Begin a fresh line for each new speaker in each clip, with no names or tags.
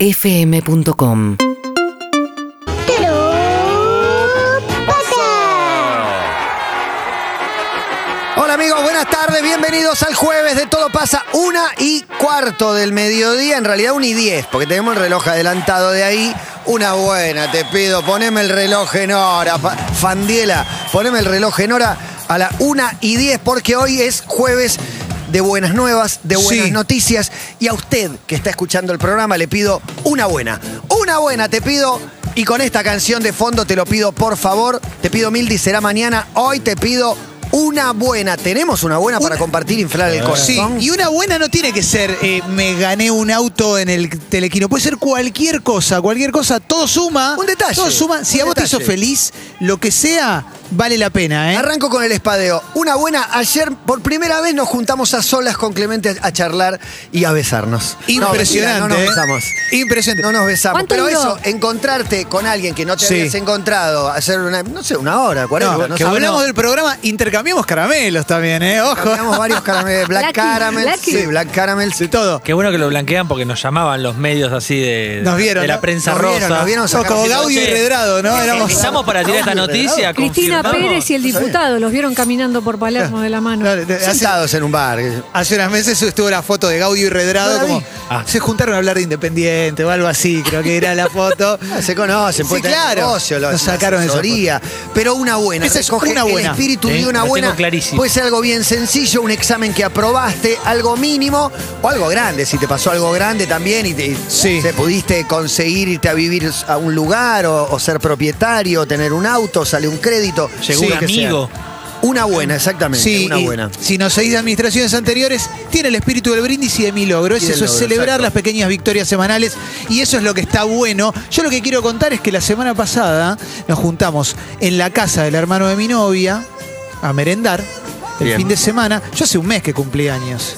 urbanaplayfm.com
Hola amigos, buenas tardes, bienvenidos al jueves de Todo Pasa, una y cuarto del mediodía, en realidad una y diez, porque tenemos el reloj adelantado de ahí. Una buena, te pido, poneme el reloj en hora, Fa- Fandiela, poneme el reloj en hora a la una y diez, porque hoy es jueves de buenas nuevas, de buenas
Sí.
noticias, y a usted que está escuchando el programa le pido una buena, una buena te pido, y con esta canción de fondo te lo pido por favor, te pido Mildi, será mañana, hoy te pido una buena, tenemos una buena para
Una- Ah.
compartir, inflar el
Sí,
corazón.
y una buena no tiene que ser eh, me gané un auto en el telequino. Puede ser cualquier cosa, cualquier cosa. Todo suma.
Un detalle,
Todo suma. Si
un
a vos te
detalle.
hizo feliz, lo que sea, vale la pena, ¿eh?
Arranco con el espadeo. Una buena, ayer por primera vez nos juntamos a solas con Clemente a charlar y a besarnos.
Impresionante.
No, mentira,
¿eh?
no nos besamos.
Impresionante.
No nos besamos.
¿Cuánto
Pero
duró?
eso, encontrarte con alguien que no te
Sí.
habías encontrado, hacer una, no sé, una hora, 40,
No,
no
que
sé,
hablamos
no.
del programa, intercambiamos caramelos también, ¿eh? Ojo.
Hablamos varios caramel, Black
Lucky,
Caramel.
Lucky.
Sí, Black Caramel.
De todo.
Qué bueno que lo blanquean porque nos llamaban los medios así de,
Nos vieron,
de la
¿no?
prensa
Nos
rosa.
vieron, nos vieron
Somos como
Diciendo,
Gaudio y
"Che,
Redrado, ¿no? Éramos-
Estamos para tirar esta noticia.
Cristina
¿confirmamos?".
Pérez y el diputado los vieron caminando por Palermo de la mano.
Claro, de- hace,
Sentados en un bar.
hace unas meses estuvo la foto de Gaudio y Redrado
No la vi.
como
Ah.
se juntaron a hablar de Independiente o algo así, creo que era la foto.
Ah, Se conocen,
Sí,
pueden tener
claro.
negocio, lo-
Nos
la
sacaron esa
asesoría, pero una buena.
Esa es
Recoge
una buena.
El espíritu
Sí,
de una
lo
buena.
tengo clarísimo.
Puede ser algo bien sencillo, un examen que aprobaste, algo mínimo o algo grande. Si te pasó algo grande también y te y,
Sí.
no sé, pudiste conseguir irte a vivir a un lugar o, o ser propietario, tener un auto, sale un crédito.
Llegó
lo
un
que sea.
amigo.
Una buena, exactamente.
Sí,
una
y
buena.
si nos seguís de administraciones anteriores, tiene el espíritu del brindis y de mi logro. Es
Y del
eso, es
logro,
celebrar
exacto.
las pequeñas victorias semanales y eso es lo que está bueno. Yo lo que quiero contar es que la semana pasada nos juntamos en la casa del hermano de mi novia a merendar el
Bien.
fin de semana. Yo hace un mes que cumplí años.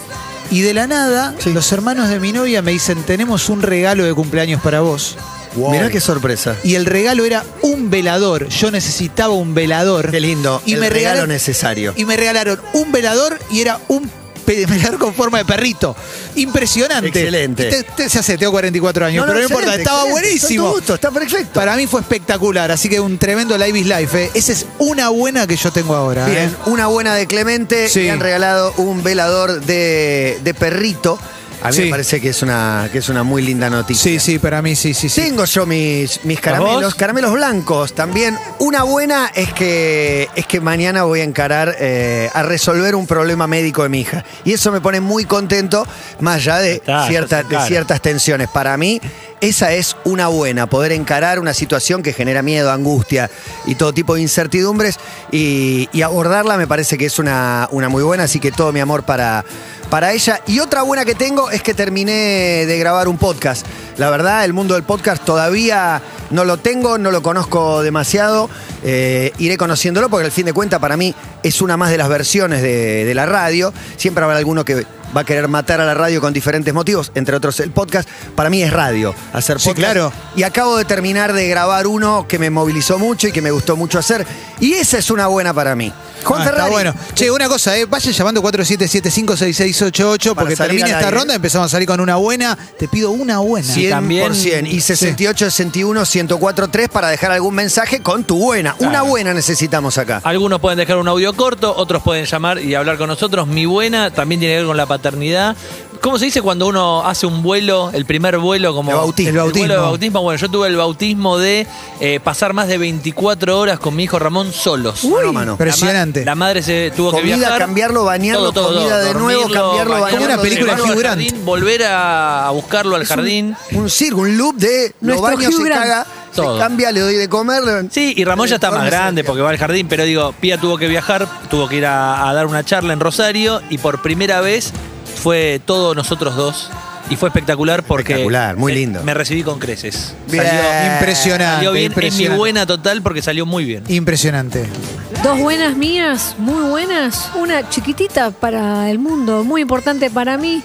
Y de la nada, los hermanos de mi novia me dicen, tenemos un regalo de cumpleaños para vos.
Mirá qué sorpresa.
Y el regalo era un velador. Yo necesitaba un velador.
Qué lindo.
Y
el
me
regalo
regalan-
necesario.
Y me regalaron un velador y era un pe- velador con forma de perrito. Impresionante.
Excelente.
Te- te- ya sé, tengo 44 años,
No, no,
pero no importa,
excelente,
estaba
excelente.
buenísimo.
Son tu gusto, está perfecto.
Para mí fue espectacular, así que un tremendo Live is Life. eh. Esa es una buena que yo tengo ahora. eh.
Bien, una buena de Clemente.
Sí.
Le han regalado un velador de, de perrito. A mí
Sí.
me parece que es una, que es una muy linda noticia.
Sí, sí, para mí sí, sí, sí.
Tengo yo mis, mis caramelos,
vos?
caramelos blancos también. Una buena es que, es que mañana voy a encarar eh, a resolver un problema médico de mi hija. Y eso me pone muy contento, más allá de,
Está,
cierta-
estás en
de
cara.
ciertas tensiones. Para mí, esa es una buena, poder encarar una situación que genera miedo, angustia y todo tipo de incertidumbres. Y, y abordarla me parece que es una, una muy buena, así que todo mi amor para, para ella. Y otra buena que tengo es que terminé de grabar un podcast. La verdad, el mundo del podcast todavía no lo tengo, no lo conozco demasiado. Eh, iré conociéndolo porque al fin de cuentas para mí es una más de las versiones de, de la radio. Siempre habrá alguno que va a querer matar a la radio con diferentes motivos, entre otros el podcast. Para mí es radio, hacer
Sí,
podcast.
claro.
Y acabo de terminar de grabar uno que me movilizó mucho y que me gustó mucho hacer. Y esa es una buena para mí. Juan
Ah,
Ferrari.
está bueno. Che, una cosa, eh, vayan llamando 47756688
Para
porque
salir
termina
al
esta
aire.
ronda, empezamos a salir con una buena. Te pido una buena.
100%
también-
y 68 61 104 3 para dejar algún mensaje con tu buena. Una
Claro.
buena necesitamos acá.
Algunos pueden dejar un audio corto, otros pueden llamar y hablar con nosotros. Mi buena también tiene que ver con la paternidad. ¿Cómo se dice cuando uno hace un vuelo, el primer vuelo como
El bautismo.
El vuelo de
bautismo.
bautismo. Bueno, yo tuve el bautismo de eh, pasar más de 24 horas con mi hijo Ramón solos.
Mano a mano.
Pero- Impresionante.
La, ma- la madre se tuvo
Comida,
que viajar.
cambiarlo, bañarlo, comida de nuevo, cambiarlo,
bañarlo,
Como una película
llevarlo al
figurante.
jardín, volver a a buscarlo al jardín.
Un circo, un loop de lo
Nuestro
baño,
Hugh
se
Grant.
caga,
Todo.
se cambia, le doy de comer. le-
Sí, y Ramón ya está más
Informe
grande
serio.
porque va al jardín, pero digo, Pía tuvo que viajar, tuvo que ir a, a dar una charla en Rosario y por primera vez fue todos nosotros dos y fue espectacular porque
Espectacular, muy
eh,
lindo.
Me recibí con creces.
Bien.
Salió impresionante.
Salió bien en mi
impresionante.
buena total porque salió muy bien.
Impresionante.
Dos buenas mías, muy buenas. Una chiquitita para el mundo, muy importante para mí.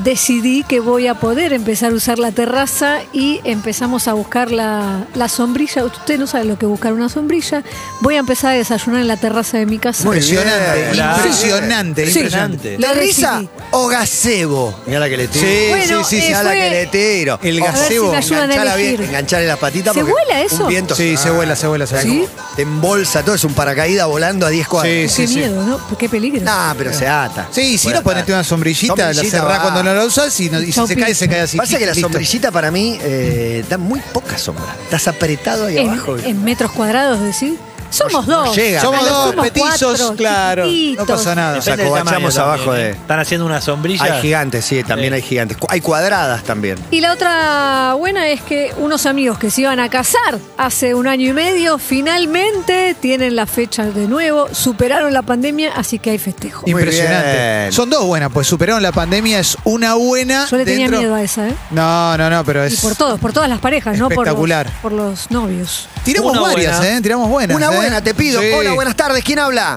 decidí que voy a poder empezar a usar la terraza y empezamos a buscar la, la sombrilla. Usted no sabe lo que es buscar una sombrilla. Voy a empezar a desayunar en la terraza de mi casa.
Muy bien.
Impresionante,
Claro.
impresionante,
Sí.
impresionante.
¿La
Lo
risa
decidí.
o gazebo? Mira la que le tiro.
Sí,
Bueno, sí, sí, sí. eh,
Mirá la
fue-
que le tiro.
El
O-
gazebo.
A ver si me ayudan a
Enganchala bien,
elegir.
engancharle las patitas.
¿Se
porque
vuela eso?
Un viento.
Sí, se vuela, se vuela, se
¿Sí?
vuela.
Te embolsa todo, es un paracaídas volando a 10 cuadros.
Sí,
Qué
sí, sí.
miedo, ¿no? Qué peligro.
Nah, Ah, pero se ata.
Sí, y si
Bueno,
no, ponete una sombrillita,
Sombrillita,
la cerrás
va.
cuando no la usas y, no- y si
Chau,
se cae,
Pi.
se cae así.
Pasa que la
Listo.
sombrillita para mí eh, da muy poca sombra. Estás apretado ahí
en,
abajo.
en metros cuadrados, decís. Somos
No
dos.
llega.
Somos
Somos
dos petizos,
cuatro,
claro. No
chiquititos.
pasa nada.
O sea,
Depende del
acobachamos
tamaño
abajo
también,
de-
¿eh? Están haciendo una sombrilla.
Hay gigantes, sí, también
Sí.
hay gigantes. Cu- Hay cuadradas también.
Y la otra buena es que unos amigos que se iban a casar hace un año y medio finalmente tienen la fecha de nuevo, superaron la pandemia, así que hay festejo.
Y- Muy
Impresionante.
bien.
Son dos buenas, pues superaron la pandemia, es una buena.
Yo le tenía
dentro-
miedo a esa, ¿eh?
No, no, no, pero
Y
es.
por todos, por todas las parejas, no por los,
Espectacular.
por los novios.
Tiramos
Una
varias,
buena.
¿eh? Tiramos buenas.
Una
¿eh?
buena, te pido.
Sí.
Hola, buenas tardes. ¿Quién habla?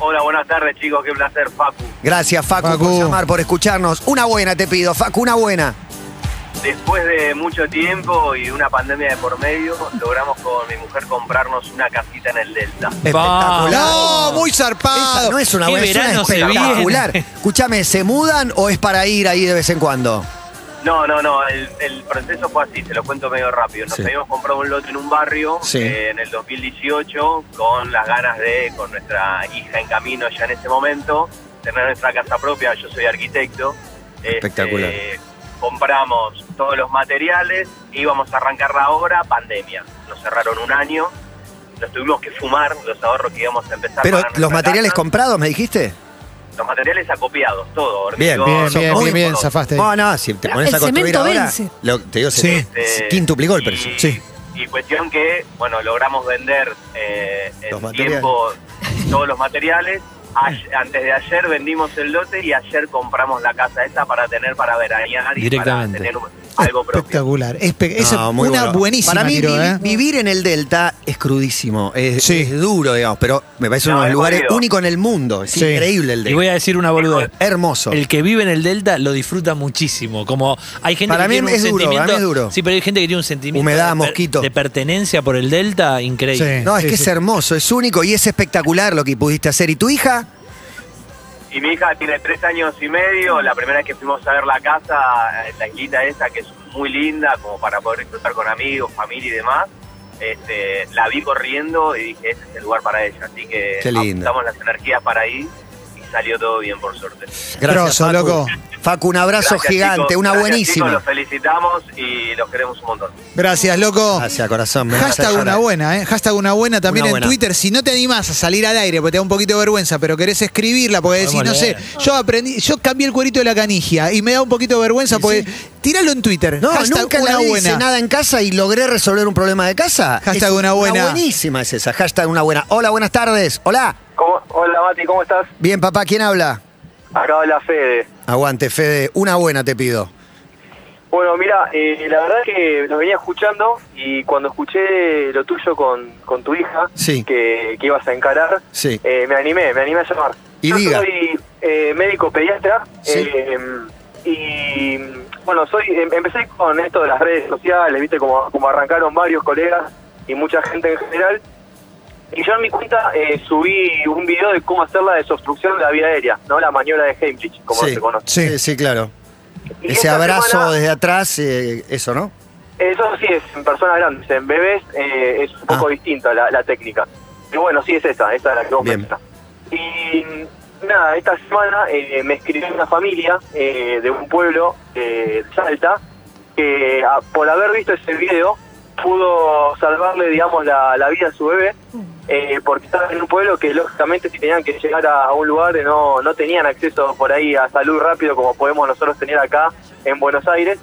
Hola, buenas tardes, chicos. Qué placer, Facu.
Gracias, Facu,
Facu.
por llamar, por escucharnos. Una buena, te pido. Facu, una buena.
Después de mucho tiempo y una pandemia de por medio, logramos con mi mujer comprarnos una casita en el Delta.
Espectacular.
No, muy
Esa
zarpado.
no es una
Qué
buena, es una
verano se
espectacular.
viene.
Escúchame, ¿se mudan o es para ir ahí de vez en cuando?
No, no, no. El, el proceso fue así, se lo cuento medio rápido. Nos
Sí.
habíamos comprado un lote en un barrio
Sí.
eh, en el 2018 con las ganas de, con nuestra hija en camino ya en ese momento, tener nuestra casa propia. Yo soy arquitecto. Este,
Espectacular.
compramos todos los materiales, íbamos a arrancar la obra, pandemia. Nos cerraron un año. Nos tuvimos que fumar los ahorros que íbamos a empezar.
Pero
para nuestra
los materiales
casa.
comprados, ¿me dijiste?
Los materiales acopiados, todo.
Bien,
Bien,
hormigón,
bien,
todo,
bien, bien,
todo.
zafaste.
No, no, si te pones
El
a construir
cemento
ahora,
vence.
lo- te digo, se-
Sí.
se
Eh,
quintuplicó el
y-
precio.
Sí.
Y cuestión que, bueno, logramos vender eh,
Los
en
materiales.
tiempo todos los materiales. Ay- antes de ayer vendimos el lote y ayer compramos la casa esta para tener para veranear y
Directamente.
para tener un- algo propio.
Espectacular. Espe- esa
No,
es
muy
una
bueno.
buenísima.
Para mí,
tiró,
vivi-
¿eh?
vivir en el Delta es crudísimo. Es,
Sí.
es duro, digamos, pero me parece uno
No,
de los
es
lugares
jodido.
únicos en el mundo. Es
Sí.
increíble el
Y
Delta.
voy a decir una boludez.
Hermoso.
El que vive en el delta lo disfruta muchísimo. Como hay gente
Para
que
mí
tiene un
es duro,
sentimiento.
para mí es duro.
Sí, pero hay gente que tiene un sentimiento.
Humedad,
de per-
mosquito.
De pertenencia por el delta, increíble.
Sí.
No, es que
sí.
es hermoso, es único y es espectacular lo que pudiste hacer. ¿Y tu hija?
Y mi hija tiene tres años y medio. La primera vez que fuimos a ver la casa, eh, la islita esta que es muy linda, como para poder disfrutar con amigos, familia y demás. Este, la vi corriendo y dije, este es el lugar para ella. Así que
Qué lindo.
apuntamos las energías para ahí y salió todo bien, por suerte.
Grosso, loco.
Facu, un abrazo
Gracias,
gigante,
chicos.
una
Gracias,
buenísima.
chicos. los felicitamos y los queremos un montón.
Gracias, loco.
Gracias, corazón. me vas a hacer
Hashtag una
llorar.
buena, ¿eh? Hashtag una buena también
Una
en
buena.
Twitter. Si no te animás a salir al aire porque te da un poquito de vergüenza, pero querés escribirla porque decís,
Podemos
no sé, yo aprendí, yo cambié el cuerito de la canigia y me da un poquito de vergüenza porque. Tíralo en Twitter.
No,
Hashtag
nunca
una
nadie
buena.
hice nada en casa y logré resolver un problema de casa.
Hashtag
Es
una buena.
buenísima es esa, hashtag una buena. Hola, buenas tardes. Hola.
Hola Mati, ¿cómo estás?
Bien, papá, ¿quién habla?
Acá habla Fede.
Aguante, Fede. Una buena te pido.
Bueno, mira, eh, la verdad que los venía escuchando y cuando escuché lo tuyo con, con tu hija,
Sí.
que, que ibas a encarar,
Sí.
eh, me animé, me animé a llamar.
Y
Yo
diga.
soy eh, médico pediatra
Sí.
eh, y bueno, soy em- empecé con esto de las redes sociales, viste como, como arrancaron varios colegas y mucha gente en general. Y yo en mi cuenta eh, subí un video de cómo hacer la desobstrucción de la vía aérea, ¿no? La maniobra de Heimlich, como
sí.
se conoce.
Sí. sí, claro.
Y
Ese
esta
abrazo
semana-
desde atrás, eh, eso, ¿no?
Eso sí es en personas grandes, en bebés eh, es un poco
Ah.
distinta la, la técnica. Pero bueno, sí es esa, esa es la que vos
Bien.
pensás. Y mm, nada, esta semana eh, me escribió una familia eh, de un pueblo eh, de Salta que a- por haber visto ese video pudo salvarle, digamos, la, la vida a su bebé eh, porque estaban en un pueblo que lógicamente si tenían que llegar a, a un lugar eh, no, no tenían acceso por ahí a salud rápido como podemos nosotros tener acá en Buenos Aires.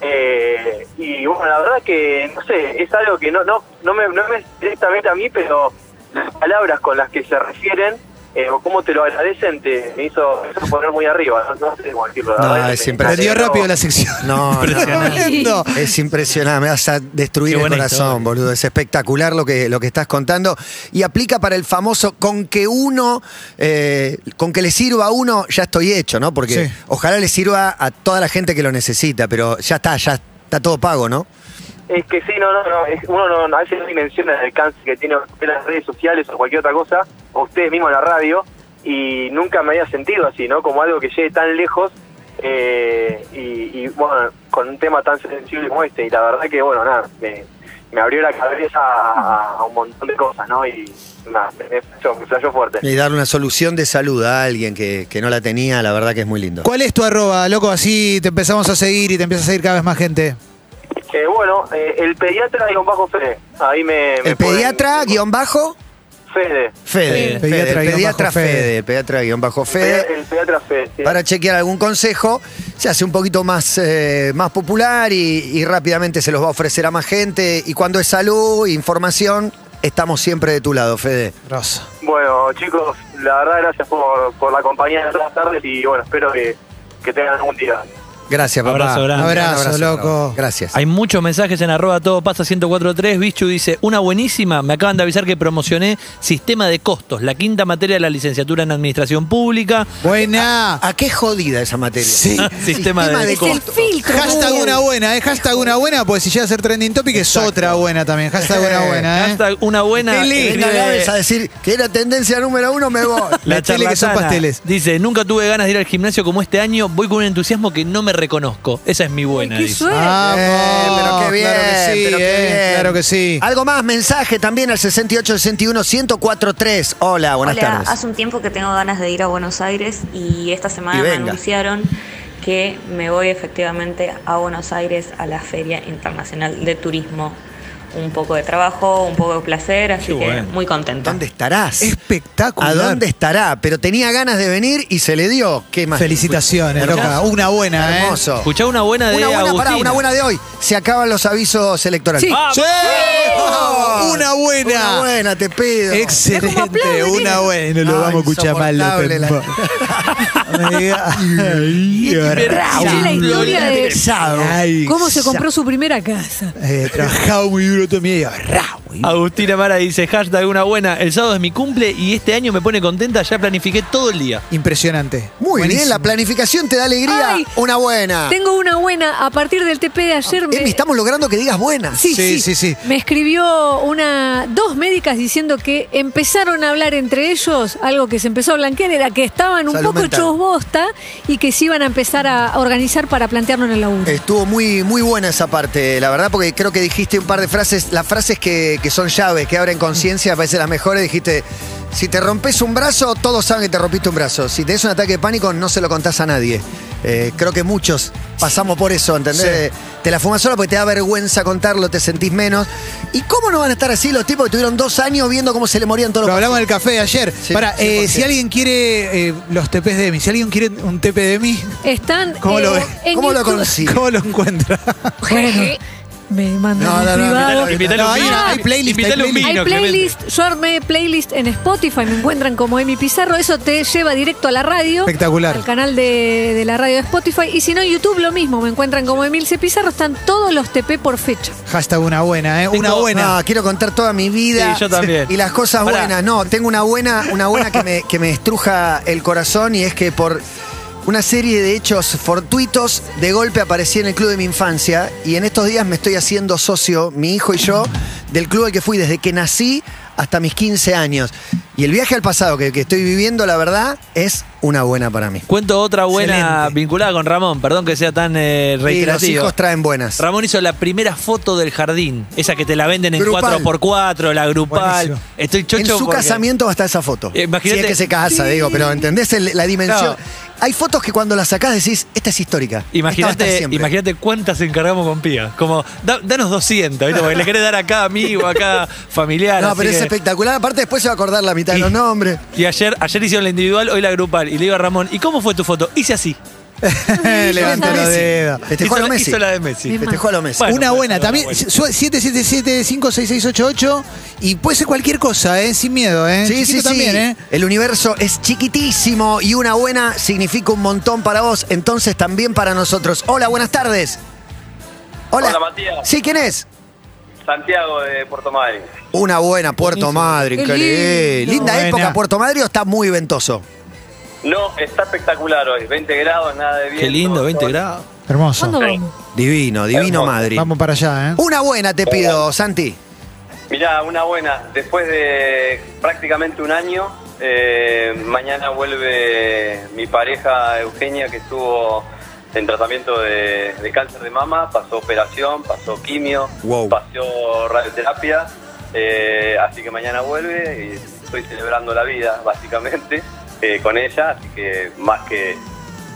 Eh, y bueno, la verdad que, no sé, es algo que no, no, no, me, no me es directamente a mí, pero las palabras con las que se refieren eh, o cómo te lo agradecen, te me hizo, me hizo poner muy arriba. No, no sé cómo decirlo. la
No,
verdad que
es
me-
impresionante.
me
Perdió
alegro.
rápido la sección.
No, no, no.
Tremendo.
Es impresionante, me vas a destruir
Qué
el
buena
corazón,
historia.
boludo. Es espectacular lo que, lo que estás contando. Y aplica para el famoso con que uno, eh, con que le sirva a uno, ya estoy hecho, ¿no? Porque
Sí.
ojalá le sirva a toda la gente que lo necesita, pero ya está, ya está todo pago, ¿no?
Es que sí, no, no, no, es- uno no, no, a veces no dimensiona el alcance que tiene las redes sociales o cualquier otra cosa, o ustedes mismos en la radio, y nunca me había sentido así, ¿no? Como algo que llegue tan lejos eh, y, y, bueno, con un tema tan sensible como este, y la verdad que, bueno, nada, me, me abrió la cabeza a, a un montón de cosas, ¿no? Y nada, me, me flashó- me flashó fuerte.
Y darle una solución de salud a alguien que, que no la tenía, la verdad que es muy lindo.
¿Cuál es tu arroba, loco? Así te empezamos a seguir y te empieza a seguir cada vez más gente.
Eh, bueno, eh, el pediatra guión bajo Fede, ahí me... me
El
pueden-
pediatra guión bajo
Fede.
Fede.
Fede. Fede,
Pediatra
El
guión
pediatra
bajo
Fede.
Fede.
El pediatra guión bajo Fede.
El pediatra Fede. sí.
para chequear algún consejo, se hace un poquito más, eh, más popular y, y rápidamente se los va a ofrecer a más gente. Y cuando es salud, información, estamos siempre de tu lado, Fede.
Rosa.
Bueno, chicos, la verdad, gracias por, por la compañía de todas las tardes y bueno, espero que, que tengan un día.
Gracias, papá.
Abrazo grande.
Abrazo, loco.
Gracias.
Hay muchos mensajes en arroba todo pasa 1043. Bichu dice, una buenísima, me acaban de avisar que promocioné sistema de costos, la quinta materia de la licenciatura en administración pública.
Buena.
¿A qué jodida esa materia?
Sí.
Ah, Sistema de
Es el filtro.
Hashtag
Google.
una buena, ¿eh? Hashtag una buena, porque si llega a ser trending topic es
Exacto.
otra buena también. Hashtag una buena, ¿eh?
Hashtag una buena.
Tele.
escribe-
Venga Gávez a decir que era tendencia número uno, me voy.
La
La tele que son
charlatana
pasteles.
Dice, nunca tuve ganas de ir al gimnasio como este año, voy con un entusiasmo que no me reconozco. Esa es mi buena.
Qué
dice.
suerte.
Vamos,
Eh, pero qué bien,
claro que sí,
pero qué
eh,
bien.
claro que sí.
Algo más, mensaje también al 6861-1043. Hola, buenas
Hola,
tardes.
hace un tiempo que tengo ganas de ir a Buenos Aires y esta
Y
semana me
venga.
anunciaron que me voy efectivamente a Buenos Aires a la Feria Internacional de Turismo. Un poco de trabajo, un poco de placer, así
Qué
que
bueno.
muy contenta.
¿Dónde estarás?
Espectacular.
¿A dónde estará? Pero tenía ganas de venir y se le dio. ¿Qué más?
Felicitaciones,
Hermoso.
loca. Una buena, ¿eh?
Hermoso.
Escuchá una buena de
Una buena,
Agustina.
pará, una buena de hoy. Se acaban los avisos electorales.
Sí.
Ah,
¡Sí!
¡Vamos!
Una buena.
Una buena, te pido.
Mirá cómo
Excelente,
aplauden.
una buena. No lo
Ah,
vamos a escuchar mal.
insoportable la-
López. Amiga. Ay,
Esa es la historia de
pesado. Ay,
cómo se compró su primera casa.
Eh, trabajaba muy duro también y agarraba, güey.
Agustina Mara dice, hashtag una buena, el sábado es mi cumple y este año me pone contenta, ya planifiqué todo el día.
Impresionante.
Muy bien,
Buenísimo.
la planificación te da alegría.
Ay,
una buena.
Tengo una buena. A partir del TP de ayer me.
Emi, estamos logrando que digas buena.
Sí,
Sí,
sí,
sí, sí.
Me escribió una, dos médicas diciendo que empezaron a hablar entre ellos, algo que se empezó a blanquear era que estaban un
Salud
poco
mental.
hechos bosta y que se iban a empezar a organizar para plantearlo en el laburo.
Estuvo muy, muy buena esa parte, la verdad, porque creo que dijiste un par de frases, las frases que, que son llaves, que abren conciencia, a veces las mejores, dijiste, si te rompes un brazo, todos saben que te rompiste un brazo. Si tenés un ataque de pánico, no se lo contás a nadie. Eh, creo que muchos pasamos por eso, ¿entendés? Eh, Te la fumas sola porque te da vergüenza contarlo, te sentís menos. ¿Y cómo no van a estar así los tipos que tuvieron dos años viendo cómo se le morían todos
Lo
los
hablamos en el café de ayer.
Sí,
Pará, eh,
100%.
si alguien quiere eh, los TPs de mí, si alguien quiere un TP de mí,
Están
¿Cómo lo
eh,
ve?
en
¿Cómo lo
YouTube.
conocí? Sí.
¿cómo lo encuentra?
Bueno, me mandan
No, no, no,
en privado.
invitalo,
Invitale
No,
un
hay
vino.
una- hay playlist,
Invitale
hay
un vino,
Hay
Clemente.
playlist, yo armé playlist en Spotify, me encuentran como Emi Pizarro, eso te lleva directo a la radio.
Espectacular.
Al canal de, de la radio de Spotify. Y si no, en YouTube lo mismo, me encuentran como Emilce Pizarro, están todos los TP por fecha.
Hashtag una buena, ¿eh? Una
Tengo-
buena.
No, quiero contar toda mi vida.
Sí, yo también.
Y las cosas
Pará.
buenas. No, tengo una buena, una buena que me, que me estruja el corazón y es que por una serie de hechos fortuitos, de golpe aparecí en el club de mi infancia y en estos días me estoy haciendo socio, mi hijo y yo, del club al que fui desde que nací hasta mis 15 años. Y el viaje al pasado que, que estoy viviendo, la verdad, es una buena para mí.
Cuento otra buena
Excelente.
vinculada con Ramón, perdón que sea tan eh,
Y los
reiterativo.
hijos traen buenas.
Ramón hizo la primera foto del jardín, esa que te la venden en
Grupal.
4x4, la grupal.
Buenísimo.
Estoy
en
chocho
su
porque-
casamiento va a estar esa foto.
Eh, imagínate-
Si es que se casa, digo, pero ¿entendés el- la dimensión?
Claro.
Hay fotos que cuando las sacás decís, esta es histórica. Esta va a estar
Imagínate,
siempre.
imagínate cuántas encargamos con Pía. Como, da- danos 200, ¿viste? Porque le querés dar a cada amigo, a cada familiar.
No,
así
pero es
que-
espectacular. Aparte, después se va a acordar la mitad de
Y-
los nombres.
Y ayer, ayer hicieron la individual, hoy la grupal. Y le digo a Ramón, ¿y cómo fue tu foto? Hice así.
Levanta los
Messi.
dedos.
Festejó a
Hizo
lo
la-
Messi.
hizo la de Messi.
Bien.
Festejó a lo Messi.
Bueno,
una
pues,
buena.
una
También
buena.
777-56688 y puede ser cualquier cosa, ¿eh? Sin miedo, ¿eh?
Sí, sí,
Chiquito
sí.
también, ¿eh?
El universo es chiquitísimo y una buena significa un montón para vos, entonces también para nosotros. Hola, buenas tardes. Hola.
Hola, Matías.
Sí, ¿quién es?
Santiago de Puerto Madryn.
Una buena Puerto Madre,
Qué
qué
lindo.
lindo. Linda
Buena.
época Puerto Madre o está muy ventoso.
No, está espectacular hoy. 20 grados, nada de viento.
Qué lindo, 20 grados.
Hermoso.
¿Cuándo vamos?
Divino, divino
Hermoso.
Madrid.
Vamos para allá, ¿eh?
Una buena te pido, Santi.
Mirá, una buena. Después de prácticamente un año, eh, mañana vuelve mi pareja Eugenia, que estuvo en tratamiento de, de cáncer de mama, pasó operación, pasó quimio,
Wow.
pasó radioterapia. eh, así que mañana vuelve y estoy celebrando la vida, básicamente, eh, con ella. Así que más que,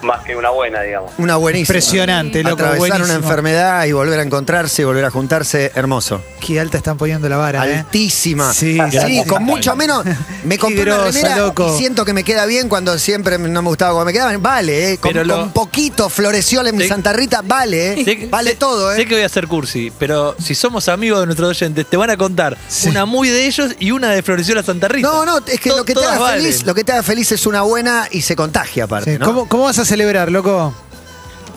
más que una buena, digamos.
Una buenísima.
Impresionante, loco.
Atravesar una
buenísimo.
enfermedad y volver a encontrarse y volver a juntarse, hermoso.
Qué alta están poniendo la vara, ¿eh?
Altísima.
Sí,
Sí,
sí.
con mucho menos. Me
Qué
compré una
grosa,
remera
loco.
y siento que me queda bien cuando siempre no me gustaba cuando me quedaban. Vale, eh. Con,
Pero lo-
con poquito floreció en
Sí.
Santa Rita, vale, eh.
Sé-
vale
sé-
todo, eh.
Sé que voy a ser cursi, pero si somos amigos de nuestros oyentes, te van a contar una muy de ellos y una de Floreciola Santa Rita.
no, no, es que
To-
lo que te
todas
haga
valen.
feliz, lo que te haga feliz es una buena y se contagia aparte,
Sí,
¿no?
¿Cómo, ¿Cómo vas a celebrar, loco?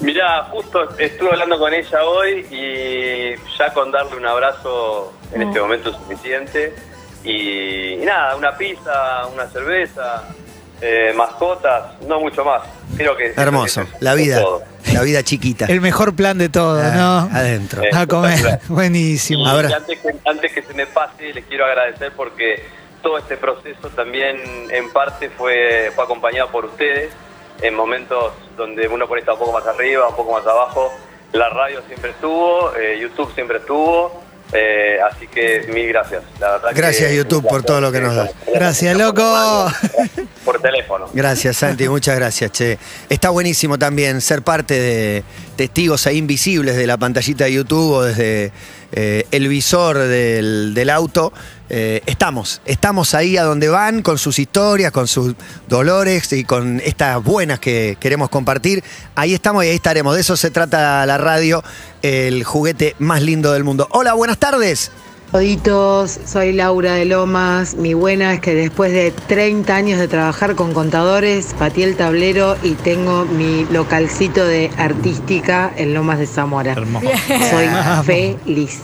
Mirá, justo estuve hablando con ella hoy y ya con darle un abrazo en
Mm.
este momento es suficiente. Y, y nada, una pizza, una cerveza, eh, mascotas, no mucho más. Creo que
Hermoso.
creo que
La
es
vida.
todo.
La vida chiquita.
El mejor plan de todo,
Ah,
¿no?
Adentro.
Eh.
A comer.
espectacular. Y
Buenísimo.
Ahora-
antes, que, antes que se me pase, les quiero agradecer porque todo este proceso también en parte fue, fue acompañado por ustedes en momentos donde uno por ahí está un poco más arriba, un poco más abajo. La radio siempre estuvo, eh, YouTube siempre estuvo, eh, así que mil gracias. La verdad que-
Gracias, YouTube, por todo lo que nos da.
Gracias, loco.
Por teléfono.
Gracias, Santi, muchas gracias, che. Está buenísimo también ser parte de testigos ahí invisibles de la pantallita de YouTube o desde eh, el visor del, del auto. Eh, estamos, estamos ahí a donde van con sus historias, con sus dolores y con estas buenas que queremos compartir. Ahí estamos y ahí estaremos. De eso se trata la radio, el juguete más lindo del mundo. Hola, buenas tardes.
Oditos, soy Laura de Lomas. Mi buena es que después de 30 años de trabajar con contadores, pateé el tablero y tengo mi localcito de artística en Lomas de Zamora.
Hermoso.
Soy feliz.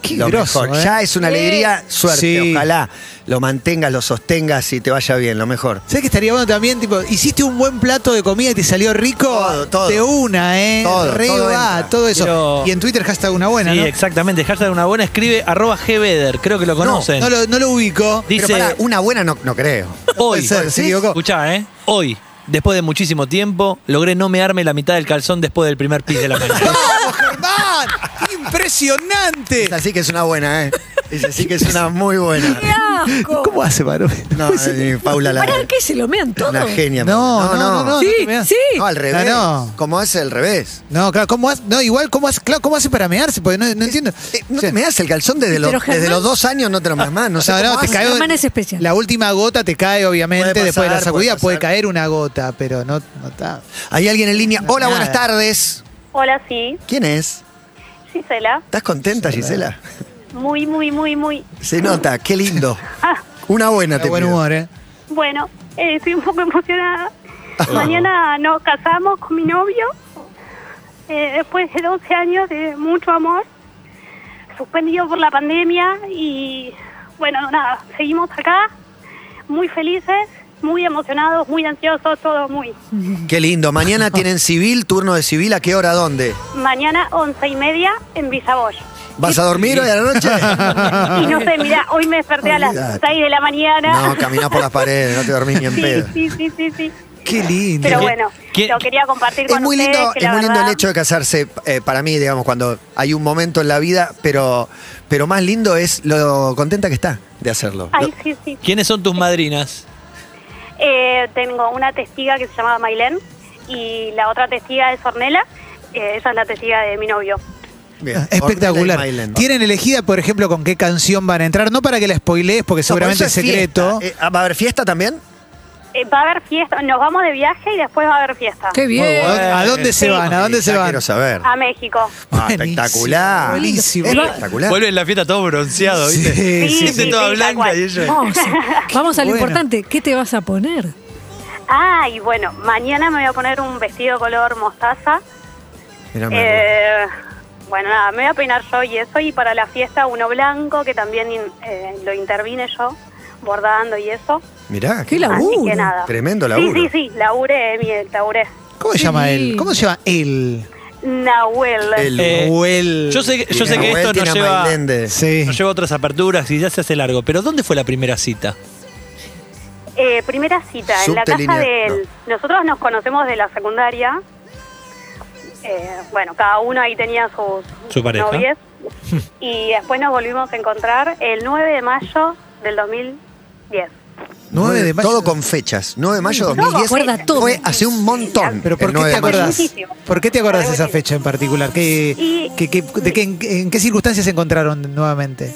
Qué
Lo
groso,
mejor.
¿eh?
Ya es una alegría, suerte.
Sí.
Ojalá lo mantengas, lo sostengas y te vaya bien, lo mejor.
¿Sabes que estaría bueno también? Tipo, hiciste un buen plato de comida y te salió rico.
Todo, todo.
De una, ¿eh?
Todo,
Re
todo
va,
entra.
todo eso.
Quiero-
Y en Twitter hashtag una buena,
Sí,
¿no?
exactamente. Hashtag una buena escribe arroba gbeder. Creo que lo conocen.
No lo, no lo ubico.
Dice
Pero pará, una buena no, no creo.
hoy.
puede ser, se equivocó.
Escuchá, ¿eh? Hoy. Después de muchísimo tiempo, logré no mearme la mitad del calzón después del primer pis de la mañana.
¡Vamos, Germán! ¡Qué impresionante!
Esa sí que es una buena, ¿eh? Esa sí que es una muy buena.
¡Qué asco!
¿Cómo hace, Paro?
No, eh, Paula la.
¿Para qué se lo mean todo?
Una genia.
No, no, no, no.
Sí,
te meas.
sí.
No, al revés.
Ah, no.
Como es el revés.
No, claro, ¿cómo hace? No, igual, ¿cómo hace, claro, ¿cómo hace para mearse? Porque no, no entiendo.
Eh, no
O sea,
te me das el calzón desde,
Pero
los, desde
jamás-
los dos años, no te lo meas más. No sé
no, no,
cómo
te
haces.
cae
Germán es especial.
La última gota te cae, obviamente,
Puede
después de la
pasar,
sacudida.
puede
Puede,
pasar.
caer una gota, pero no, no está.
Hay alguien en línea. Hola, buenas
Nada.
tardes.
Hola, sí,
¿Quién es?
Gisela.
¿Estás contenta, Gisela?
Muy, muy, muy, muy.
Se nota, qué lindo.
Ah,
Una buena
Está
te
buen
pido.
humor, ¿eh?
bueno, eh, estoy un poco emocionada.
Ah.
Mañana nos casamos con mi novio. eh, después de 12 años de mucho amor, suspendido por la pandemia y bueno, nada, seguimos acá, muy felices, muy emocionados, muy ansiosos, todo muy.
Qué lindo. Mañana tienen civil, turno de civil. ¿A qué hora? ¿Dónde?
Mañana once y media en Visaboy.
¿Vas a dormir hoy a la noche?
Y no sé, mira, hoy me desperté a las
Ah. Olvídate.
6 de la mañana.
No, caminás por las paredes, no te dormís ni en
sí,
pedo.
sí, sí, sí, sí.
Qué lindo.
Pero
¿Qué-
bueno,
qué-
lo quería compartir
Es
con
muy
ustedes.
lindo,
que
es
la
muy lindo el
verdad-
hecho de casarse, eh, para mí, digamos, cuando hay un momento en la vida, pero, pero más lindo es lo contenta que está de hacerlo.
Ay, sí, sí.
¿Quiénes son tus madrinas?
Eh, tengo una testiga que se llamaba Mailén y la otra testiga es Ornella. Eh, esa es la testiga de mi novio.
Bien.
Espectacular.
Ornella y Mylen.
Tienen elegida, por ejemplo, con qué canción van a entrar. No para que la spoilees, porque
No, pero
seguramente
eso
es secreto.
fiesta. Eh, ¿Va a haber fiesta también?
eh, va a haber fiesta, nos vamos de viaje y después va a haber fiesta.
Qué
Muy
bien.
bueno. ¿A dónde se van? ¿A dónde
Ya
se van?
Quiero saber.
A México.
Ah, espectacular.
Buenísimo.
Espectacular.
Vuelve en la fiesta todo bronceado, ¿viste?
Sí,
Sí,
Gente
sí,
toda
sí, tal
blanca
cual.
y ella.
Vamos, vamos a lo
Bueno.
importante. ¿Qué te vas a poner?
Ah, y bueno, mañana me voy a poner un vestido color mostaza.
Mirá, me-
Eh, bueno, nada, me voy a peinar yo y eso, y para la fiesta uno blanco, que también in- eh, lo intervine yo, bordando y eso.
Mirá,
Qué
Así
laburo.
que nada.
Tremendo
Sí,
laburo.
sí, sí, laburé, Miguel, laburé.
¿Cómo se
Qué
llama él?
lindo.
¿Cómo se llama él?
Nahuel.
El-
Eh,
Nahuel.
Yo sé, que- yo sé que
Nahuel
esto
tiene
nos
a
lleva,
Mailende.
Sí.
nos lleva a otras aperturas y ya se hace largo, pero ¿dónde fue la primera cita?
Eh, primera cita, en la casa
Subtelinear,
de él. Nosotros nos conocemos de la secundaria. Eh, bueno, cada uno ahí tenía sus
Su pareja.
novias. Y después nos volvimos a encontrar el 9 de mayo del 2010.
9 de mayo.
Todo con fechas. 9 de mayo de
No,
2010.
acuerda todo.
Fue hace un montón.
¿Pero
el
por qué
9
te
de mayo.
acordás?
Muchísimo.
¿Por qué te acordás de esa fecha en particular? ¿Qué,
Y-
qué- qué- de qué- en, en qué circunstancias se encontraron nuevamente?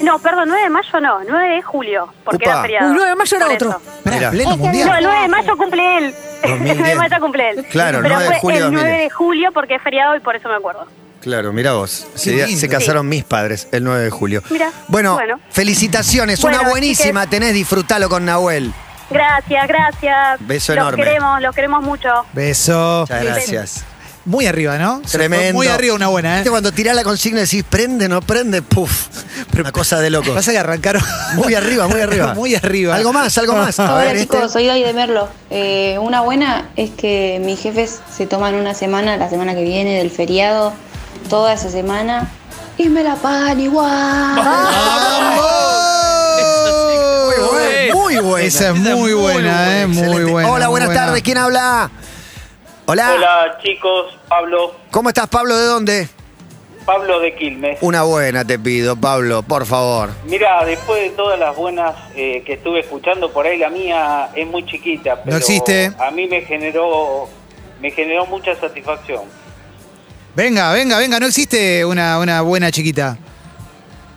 No, perdón, 9 de mayo no, 9 de julio, porque
Upa.
era feriado.
Uy, 9 de mayo era
Por eso.
otro.
Pará,
Mirá.
pleno
No,
mundial.
el 9 de mayo cumple él. El 9 de
2010.
mayo cumple él.
Claro,
Pero
9 de
fue
julio
el 9
2010.
de julio porque es feriado y por eso me acuerdo.
Claro, mira vos. Se,
lindo.
se casaron mis padres el 9 de julio.
Mirá,
Bueno,
bueno.
felicitaciones.
Bueno,
una buenísima tenés. Disfrutalo con Nahuel.
Gracias, gracias.
Beso
los
enorme.
queremos, los queremos mucho.
Beso.
Muchas gracias.
Muy arriba, ¿no? Se fue
Tremendo.
Muy arriba una buena,
Viste,
¿eh?
Cuando tirás la consigna y decís prende, no prende, puff. Una cosa de loco.
Pasa que arrancaron
Muy arriba, muy arriba.
Muy arriba.
Algo más, algo más. A
Hola
ver, este.
chicos, soy Dai de Merlo. Eh, una buena es que mis jefes se toman una semana, la semana que viene, del feriado, toda esa semana, y me la pagan igual.
este,
Muy buena, muy buena.
Esa es muy buena, ¿eh? Muy
Excelente.
buena.
Hola,
muy
buenas
buena.
tardes. ¿Quién habla? Hola.
Hola chicos, Pablo,
¿Cómo estás, Pablo? ¿De dónde?
Pablo de Quilmes.
Una buena te pido, Pablo, por favor.
Mira, después de todas las buenas eh, que estuve escuchando por ahí, la mía es muy chiquita, pero
existe.
a mí me generó me generó mucha satisfacción.
Venga, venga, venga. No existe una, una buena chiquita.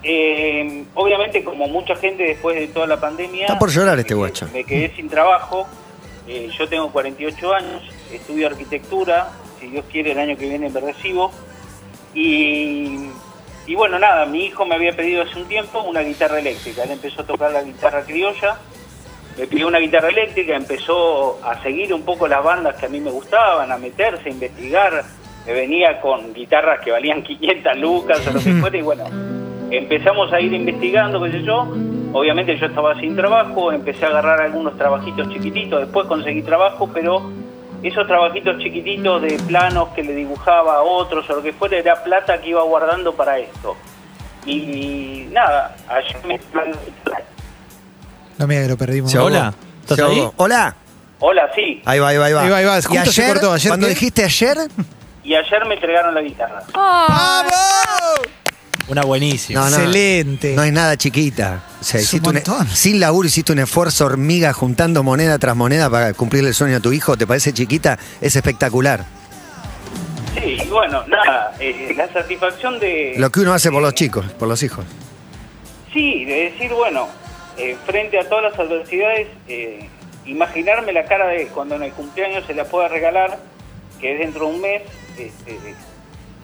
Eh, obviamente, como mucha gente después de toda la pandemia,
Está por llorar este
me-
guacho.
Me quedé sin trabajo. Eh, yo tengo 48 años, estudio arquitectura. Si Dios quiere, el año que viene me recibo. Y, y bueno, nada, mi hijo me había pedido hace un tiempo una guitarra eléctrica. Él empezó a tocar la guitarra criolla. Me pidió una guitarra eléctrica, empezó a seguir un poco las bandas que a mí me gustaban, a meterse, a investigar. Me venía con guitarras que valían 500 lucas o lo que fuera y bueno, empezamos a ir investigando, qué sé yo. Obviamente yo estaba sin trabajo, empecé a agarrar algunos trabajitos chiquititos, después conseguí trabajo, pero esos trabajitos chiquititos de planos que le dibujaba a otros o lo que fuera, era plata que iba guardando para esto. Y nada, ayer me...
No mira que lo perdimos.
Se Hola, ¿estás
Se ahogó.
ahí?
Hola.
Hola, sí.
Ahí va, ahí va, ahí va.
Ahí va, ahí va.
¿Y
Justo se
ayer,
cortó, ¿ayer
cuando
qué?
dijiste ayer,
Y ayer me entregaron la guitarra.
Ah,
¡Vamos!
Una buenísima.
No, no.
Excelente.
no es nada chiquita. O sea,
Es
hiciste
un
un- e-
montón.
sin laburo hiciste un esfuerzo hormiga juntando moneda tras moneda para cumplirle el sueño a tu hijo. ¿Te parece chiquita? Es espectacular.
Sí, y bueno, nada, eh, la satisfacción de...
Lo que uno hace por los chicos, por los hijos.
Sí, de decir, bueno, eh, frente a todas las adversidades, eh, imaginarme la cara de él cuando en el cumpleaños se la pueda regalar, que es dentro de un mes, este,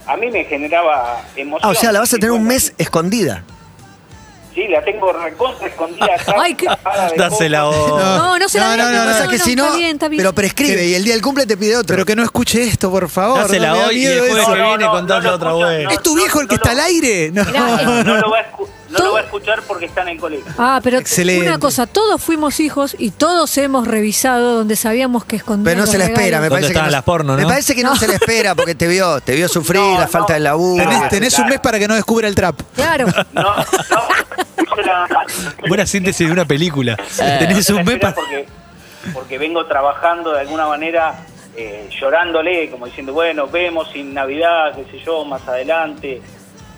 a mí me generaba
Ah,
emoción.
o sea, la vas a
Y
tener un
bueno,
mes escondida.
Sí, la tengo recontra escondida acá.
Ah, Ay, qué-
tapada de
Oh,
Dásela
cosas.
vos.
No, no se la
No,
digas,
no, no,
O
no,
sea, que si no,
está bien, está bien.
pero prescribe y el día del cumple te pide otro.
Pero que no escuche esto, por favor.
Dásela
no me da
hoy y
miedo
el jueves
eso.
que viene
no,
contás
no lo
otra
escucho,
vez.
no.
¿Es tu viejo el que
no,
está
no.
al aire? No.
Mirá, eh,
No lo va a escu- no
Todo-
lo va a escuchar porque está en el colegio.
Ah, pero
Excelente.
una cosa, todos fuimos hijos y todos hemos revisado donde sabíamos que escondíamos
Pero no se le espera, me
¿Dónde
parece que
estaban
no,
las porno,
Me
no?
parece que no, se le espera porque te vio, te vio sufrir
No,
la
no.
falta de laburo.
Tenés, tenés un
Claro.
mes para que no descubra el trap.
Claro.
No, no, yo la-
Buena síntesis de una película. Tenés
Yo la
un mes
espero
para...
porque, porque vengo trabajando de alguna manera eh, llorándole, como diciendo, bueno, vemos sin Navidad, qué sé yo, más adelante.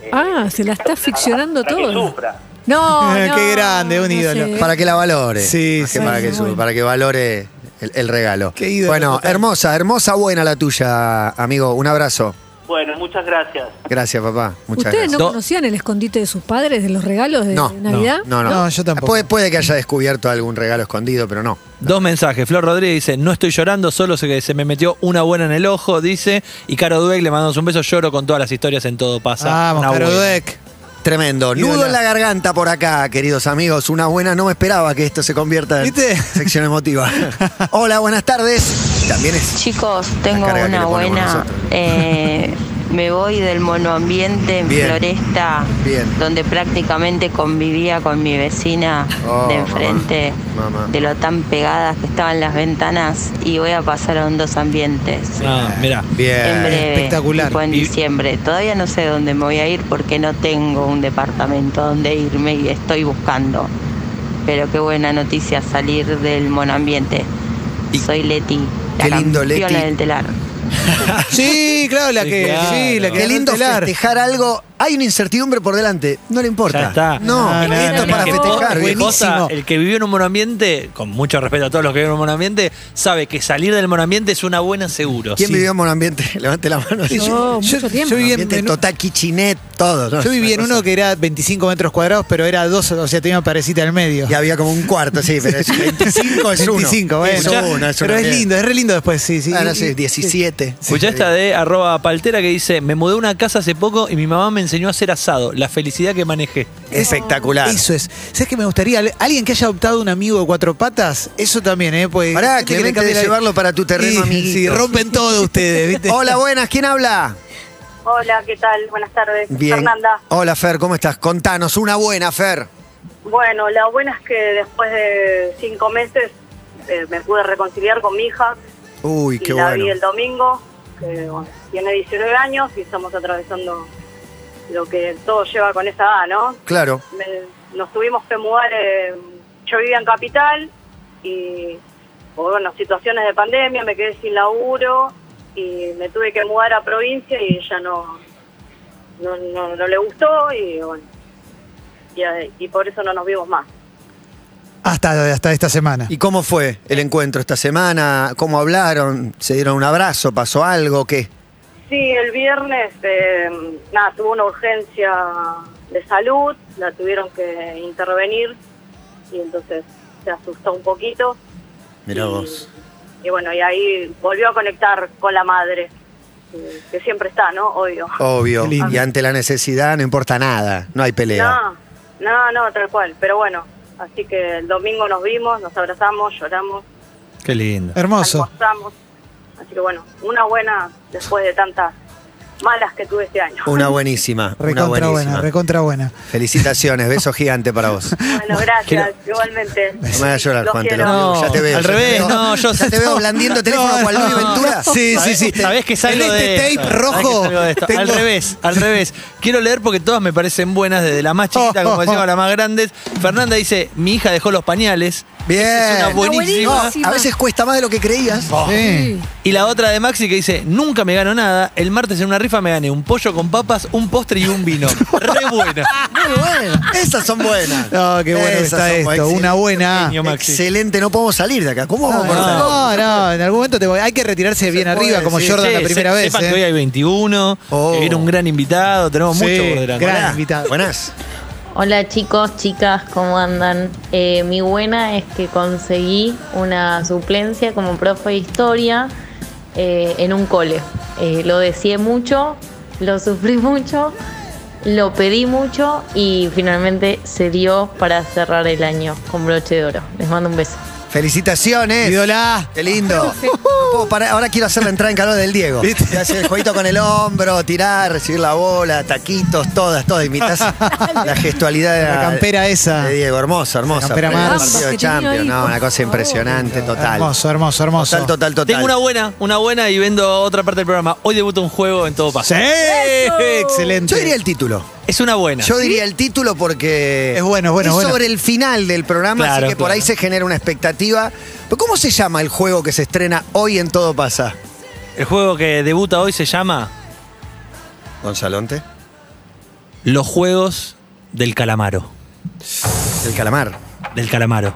eh,
Ah, se la está ficcionando
para que
todo.
sufra.
No,
Qué
no,
grande, un
no
ídolo.
sé.
Para que la valore.
Sí,
Más que
sí.
Para que,
Bueno,
su-
bueno.
para que valore el, el regalo.
Qué ídolo
bueno,
total.
hermosa, hermosa, buena la tuya, amigo. Un abrazo.
Bueno, muchas gracias.
Gracias, papá. Muchas
¿Ustedes
gracias.
no conocían el escondite de sus padres, de los regalos de Navidad?
No, no.
No, yo tampoco.
Puede, puede que haya descubierto algún regalo escondido, pero no.
Dos mensajes. Flor Rodríguez dice, no estoy llorando, solo se, se me metió una buena en el ojo, dice. Y Caro Dueck le mandamos un beso, lloro con todas las historias en todo pasa.
Vamos,
Una
Caro
buena.
Dweck.
Tremendo.
Ídola.
Nudo en la garganta por acá, queridos amigos. Una buena, no me esperaba que esto se convierta en
¿Viste?
sección emotiva. Hola, buenas tardes. También es.
Chicos, tengo
carga que le
una
ponemos
buena.
nosotros.
eh, me voy del monoambiente en
Bien.
Floresta,
Bien.
donde prácticamente convivía con mi vecina
Oh,
de enfrente,
mamá. Mamá.
de lo tan pegadas que estaban las ventanas, y voy a pasar a un dos ambientes.
Ah, mirá.
En
Bien.
breve,
espectacular.
tipo en
Y-
diciembre. Todavía no sé dónde me voy a ir porque no tengo un departamento donde irme y estoy buscando. Pero qué buena noticia salir del monoambiente.
Y-
Soy Leti,
Qué
la
lindo,
campeona
Leti.
del telar.
Sí, claro, la
Sí,
que.
claro.
Sí, la que
Qué
ganó el
lindo
telar.
festejar algo. Hay una incertidumbre por delante. No le importa.
Ya está.
No,
No, no,
esto es
no,
para
Que
no.
festejar.
vos,
bien.
Costa,
buenísimo.
el que vivió en un monoambiente, con mucho respeto a todos los que viven en un monoambiente, sabe que salir del monoambiente es una buena seguro.
¿Quién
Sí.
vivió en ambiente? Levante la mano.
Sí,
No, mucho tiempo.
yo viví en,
Ambiente
en-
total, Kichinet, todo. ¿no?
yo viví en uno que era 25 metros cuadrados, pero era dos, o sea, tenía una parecita al medio.
Y había como un cuarto, sí, pero es 25 es uno.
25, bueno.
Es uno, es uno.
Pero es
Bien.
lindo, es re lindo después, sí, sí.
Ah, no
Y-
sé, 17.
Escuchá esta de arroba paltera que dice, me mudé a una casa hace poco y mi mamá me enseñó a hacer asado, la felicidad que manejé.
Espectacular.
Eso es. ¿Sabes qué me gustaría? Al- Alguien que haya adoptado un amigo de cuatro patas, eso también, ¿eh? Pues,
Pará,
gente
que
le
vente
cambie
de llevarlo para tu terreno,
Sí,
amiguito.
sí, rompen todo ustedes, ¿viste?
Hola, buenas, ¿quién habla?
Hola, ¿qué tal? Buenas tardes. Fernanda.
Hola, Fer, ¿cómo estás? Contanos, una buena, Fer.
Bueno, la buena es que después de cinco meses eh, me pude reconciliar con mi hija.
Uy,
y
qué
la vi
bueno.
el domingo, que bueno, tiene 19 años y estamos atravesando lo que todo lleva con esa edad, ¿no?
Claro.
Me- nos tuvimos que mudar, eh, yo vivía en Capital y, por, bueno, situaciones de pandemia, me quedé sin laburo y me tuve que mudar a provincia y ella no, no, no, no le gustó y bueno, y, eh, y por eso no nos vimos más.
Hasta, hasta esta semana.
¿Y cómo fue el encuentro esta semana? ¿Cómo hablaron? ¿Se dieron un abrazo? ¿Pasó algo? ¿Qué?
Sí, el viernes, eh, nada, tuvo una urgencia de salud, la tuvieron que intervenir y entonces se asustó un poquito.
Mirá
Y-
vos.
Y bueno, y ahí volvió a conectar con la madre, eh, que siempre está, ¿no? Obvio.
Obvio.
Qué lindo.
Y ante la necesidad no importa nada, no hay pelea.
No, no, no, tal cual, pero bueno, así que el domingo nos vimos, nos abrazamos, lloramos,
Qué lindo.
Hermoso.
almorzamos. Así que bueno, una buena después de tantas malas que tuve este año.
Una buenísima, una
Recontra buena,
buenísima.
recontra buena.
Felicitaciones, beso gigante para vos.
Bueno, gracias, igualmente.
No me vayas a llorar,
Los
Juan, te lo
quiero.
No,
juro, ya te veo.
al
ya te
revés,
veo.
no, yo
ya te veo blandiendo teléfono cual Luis Ventura.
Sí, sí,
¿Sabés-
sí.
¿Sabés que salgo
En este
de esto? ¿Sabés
tape
que
rojo
salgo de esto? Al
tengo-
revés, al revés. Quiero leer porque todas me parecen buenas, desde la más chiquita, como decimos, a la más grandes. Fernanda dice, mi hija dejó los pañales.
Bien.
Esa Es una
Está
buenísima. Ah, Oh.
buenísima.
Eh, A veces cuesta más de lo que creías.
Sí.
Sí.
Y la otra de Maxi que dice, nunca me gano nada, el martes en una rifa me gané un pollo con papas, un postre y un vino. Re buena.
Muy buena. Esas son buenas.
Ah, No, qué bueno que está
Esas son
esto.
buenas.
Una buena.
Genio, Maxi.
Excelente, no podemos salir de acá. ¿Cómo vamos a cortar?
No, no, en algún momento te voy- hay que retirarse bien
puede,
arriba, como
sí.
Jordan
Che,
la primera
se-
vez.
Sepan
¿eh?
que hoy hay 21,
Oh.
que viene un gran invitado, tenemos
Sí,
mucho por delante.
gran
Hola.
invitado.
Buenas.
Hola chicos, chicas, ¿cómo andan? Eh, mi buena es que conseguí una suplencia como profe de historia eh, en un cole. Eh, lo deseé mucho, lo sufrí mucho, lo pedí mucho y finalmente se dio para cerrar el año con broche de oro. Les mando un beso.
Felicitaciones.
Ídola.
Qué lindo. No puedo parar. Ahora quiero hacer la entrada en calor del Diego. Te hace el jueguito con el hombro, tirar, recibir la bola, taquitos, todas, todas. Imitas la gestualidad de
La campera esa.
de Diego, hermosa, hermosa.
campera
Previo al
Mars.
partido
Que
de
tenía
Champions,
ahí,
no,
por
una cosa
favor.
impresionante, total.
Hermoso, hermoso, hermoso.
Total, total, total.
Tengo una buena, una buena y vendo otra parte del programa. Hoy debuta un juego en todo
Sí,
paso.
excelente.
Yo diría el título.
Es una buena.
Yo diría el título porque.
Es bueno, es bueno,
Es
bueno.
sobre el final del programa, así
Claro,
que por
claro.
ahí se genera una expectativa. Pero ¿cómo se llama el juego que se estrena hoy en Todo Pasa?
El juego que debuta hoy se llama
Gonzalonte.
Los Juegos del Calamaro.
El calamar.
Del Calamaro.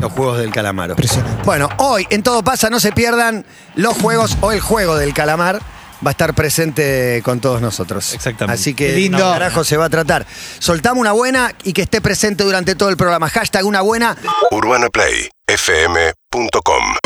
Los juegos del calamaro.
Impresionante.
Bueno, hoy en Todo Pasa no se pierdan los juegos o el juego del calamar va a estar presente con todos nosotros. Exactamente. Así que
Lindo.
no, carajo se va a tratar. Soltamos una buena y que esté presente durante todo el programa. Hashtag una buena.
UrbanaPlayFM.com